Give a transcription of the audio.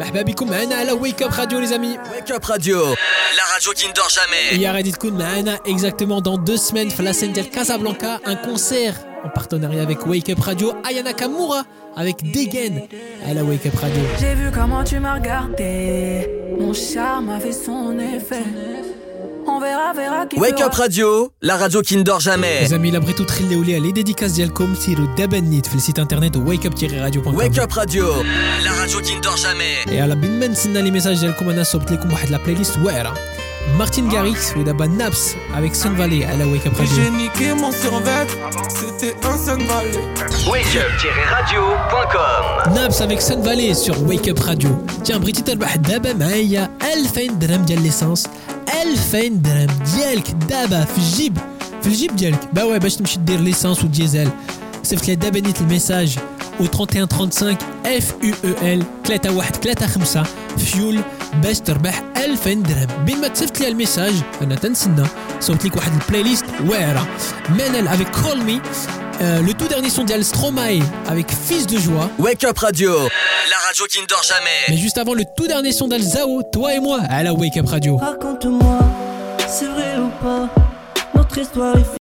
مرحبا بكم معنا على ويك اب راديو les amis Wake Up Radio, la radio qui ne dort jamais. Et Yaredit Kun معنا exactement dans deux semaines في la scène del Casablanca un concert en partenariat avec Wake Up Radio Ayana Kamura avec Degen à la Wake Up Radio J'ai vu comment tu m'as regardé. Mon charme a fait son effet. On verra, verra qui Wake fera- Up Radio, la radio qui ne dort jamais. Les amis la بريتو تخلي لي على ديديكاس ديالكم سيروا دابا النيت في السيت انترنت wakeup-radio.com Wake Up Radio, la radio qui ne dort jamais. يا على بين ما نسنى لي ميساج ديالكم انا صوبت لكم واحد لا بلاي ليست واعره مارتين غاريكس ودابا نابس avec Sun Valley à la Wake Up Et Radio J'ai niqué mon survêt, c'était un Sun Valley. Wake Up-radio.com نابس افيك سن فالي سور ويك اب راديو تيان بغيتي تربح دابا معايا 2000 درهم ديال ليسانس 2000 درهم ديالك دابا في الجيب في الجيب ديالك با واه باش تمشي دير ليسانس وديزل صيفط لي دابا نيت الميساج و 3135 اف يو او ال 3135 فيول باش تربح 2000 درهم بين ما تصيفط لي الميساج انا تنسنى صوبت لك واحد البلاي ليست واعره مانال افيك كول مي لو تو ديرني سون ديال ستروماي افيك فيس دو جوا Wake Up Radio, la radio qui ne dort jamais. Mais juste avant le tout dernier son d'Alzao, toi et moi à la Wake Up Radio. Raconte-moi, c'est vrai ou pas, notre histoire est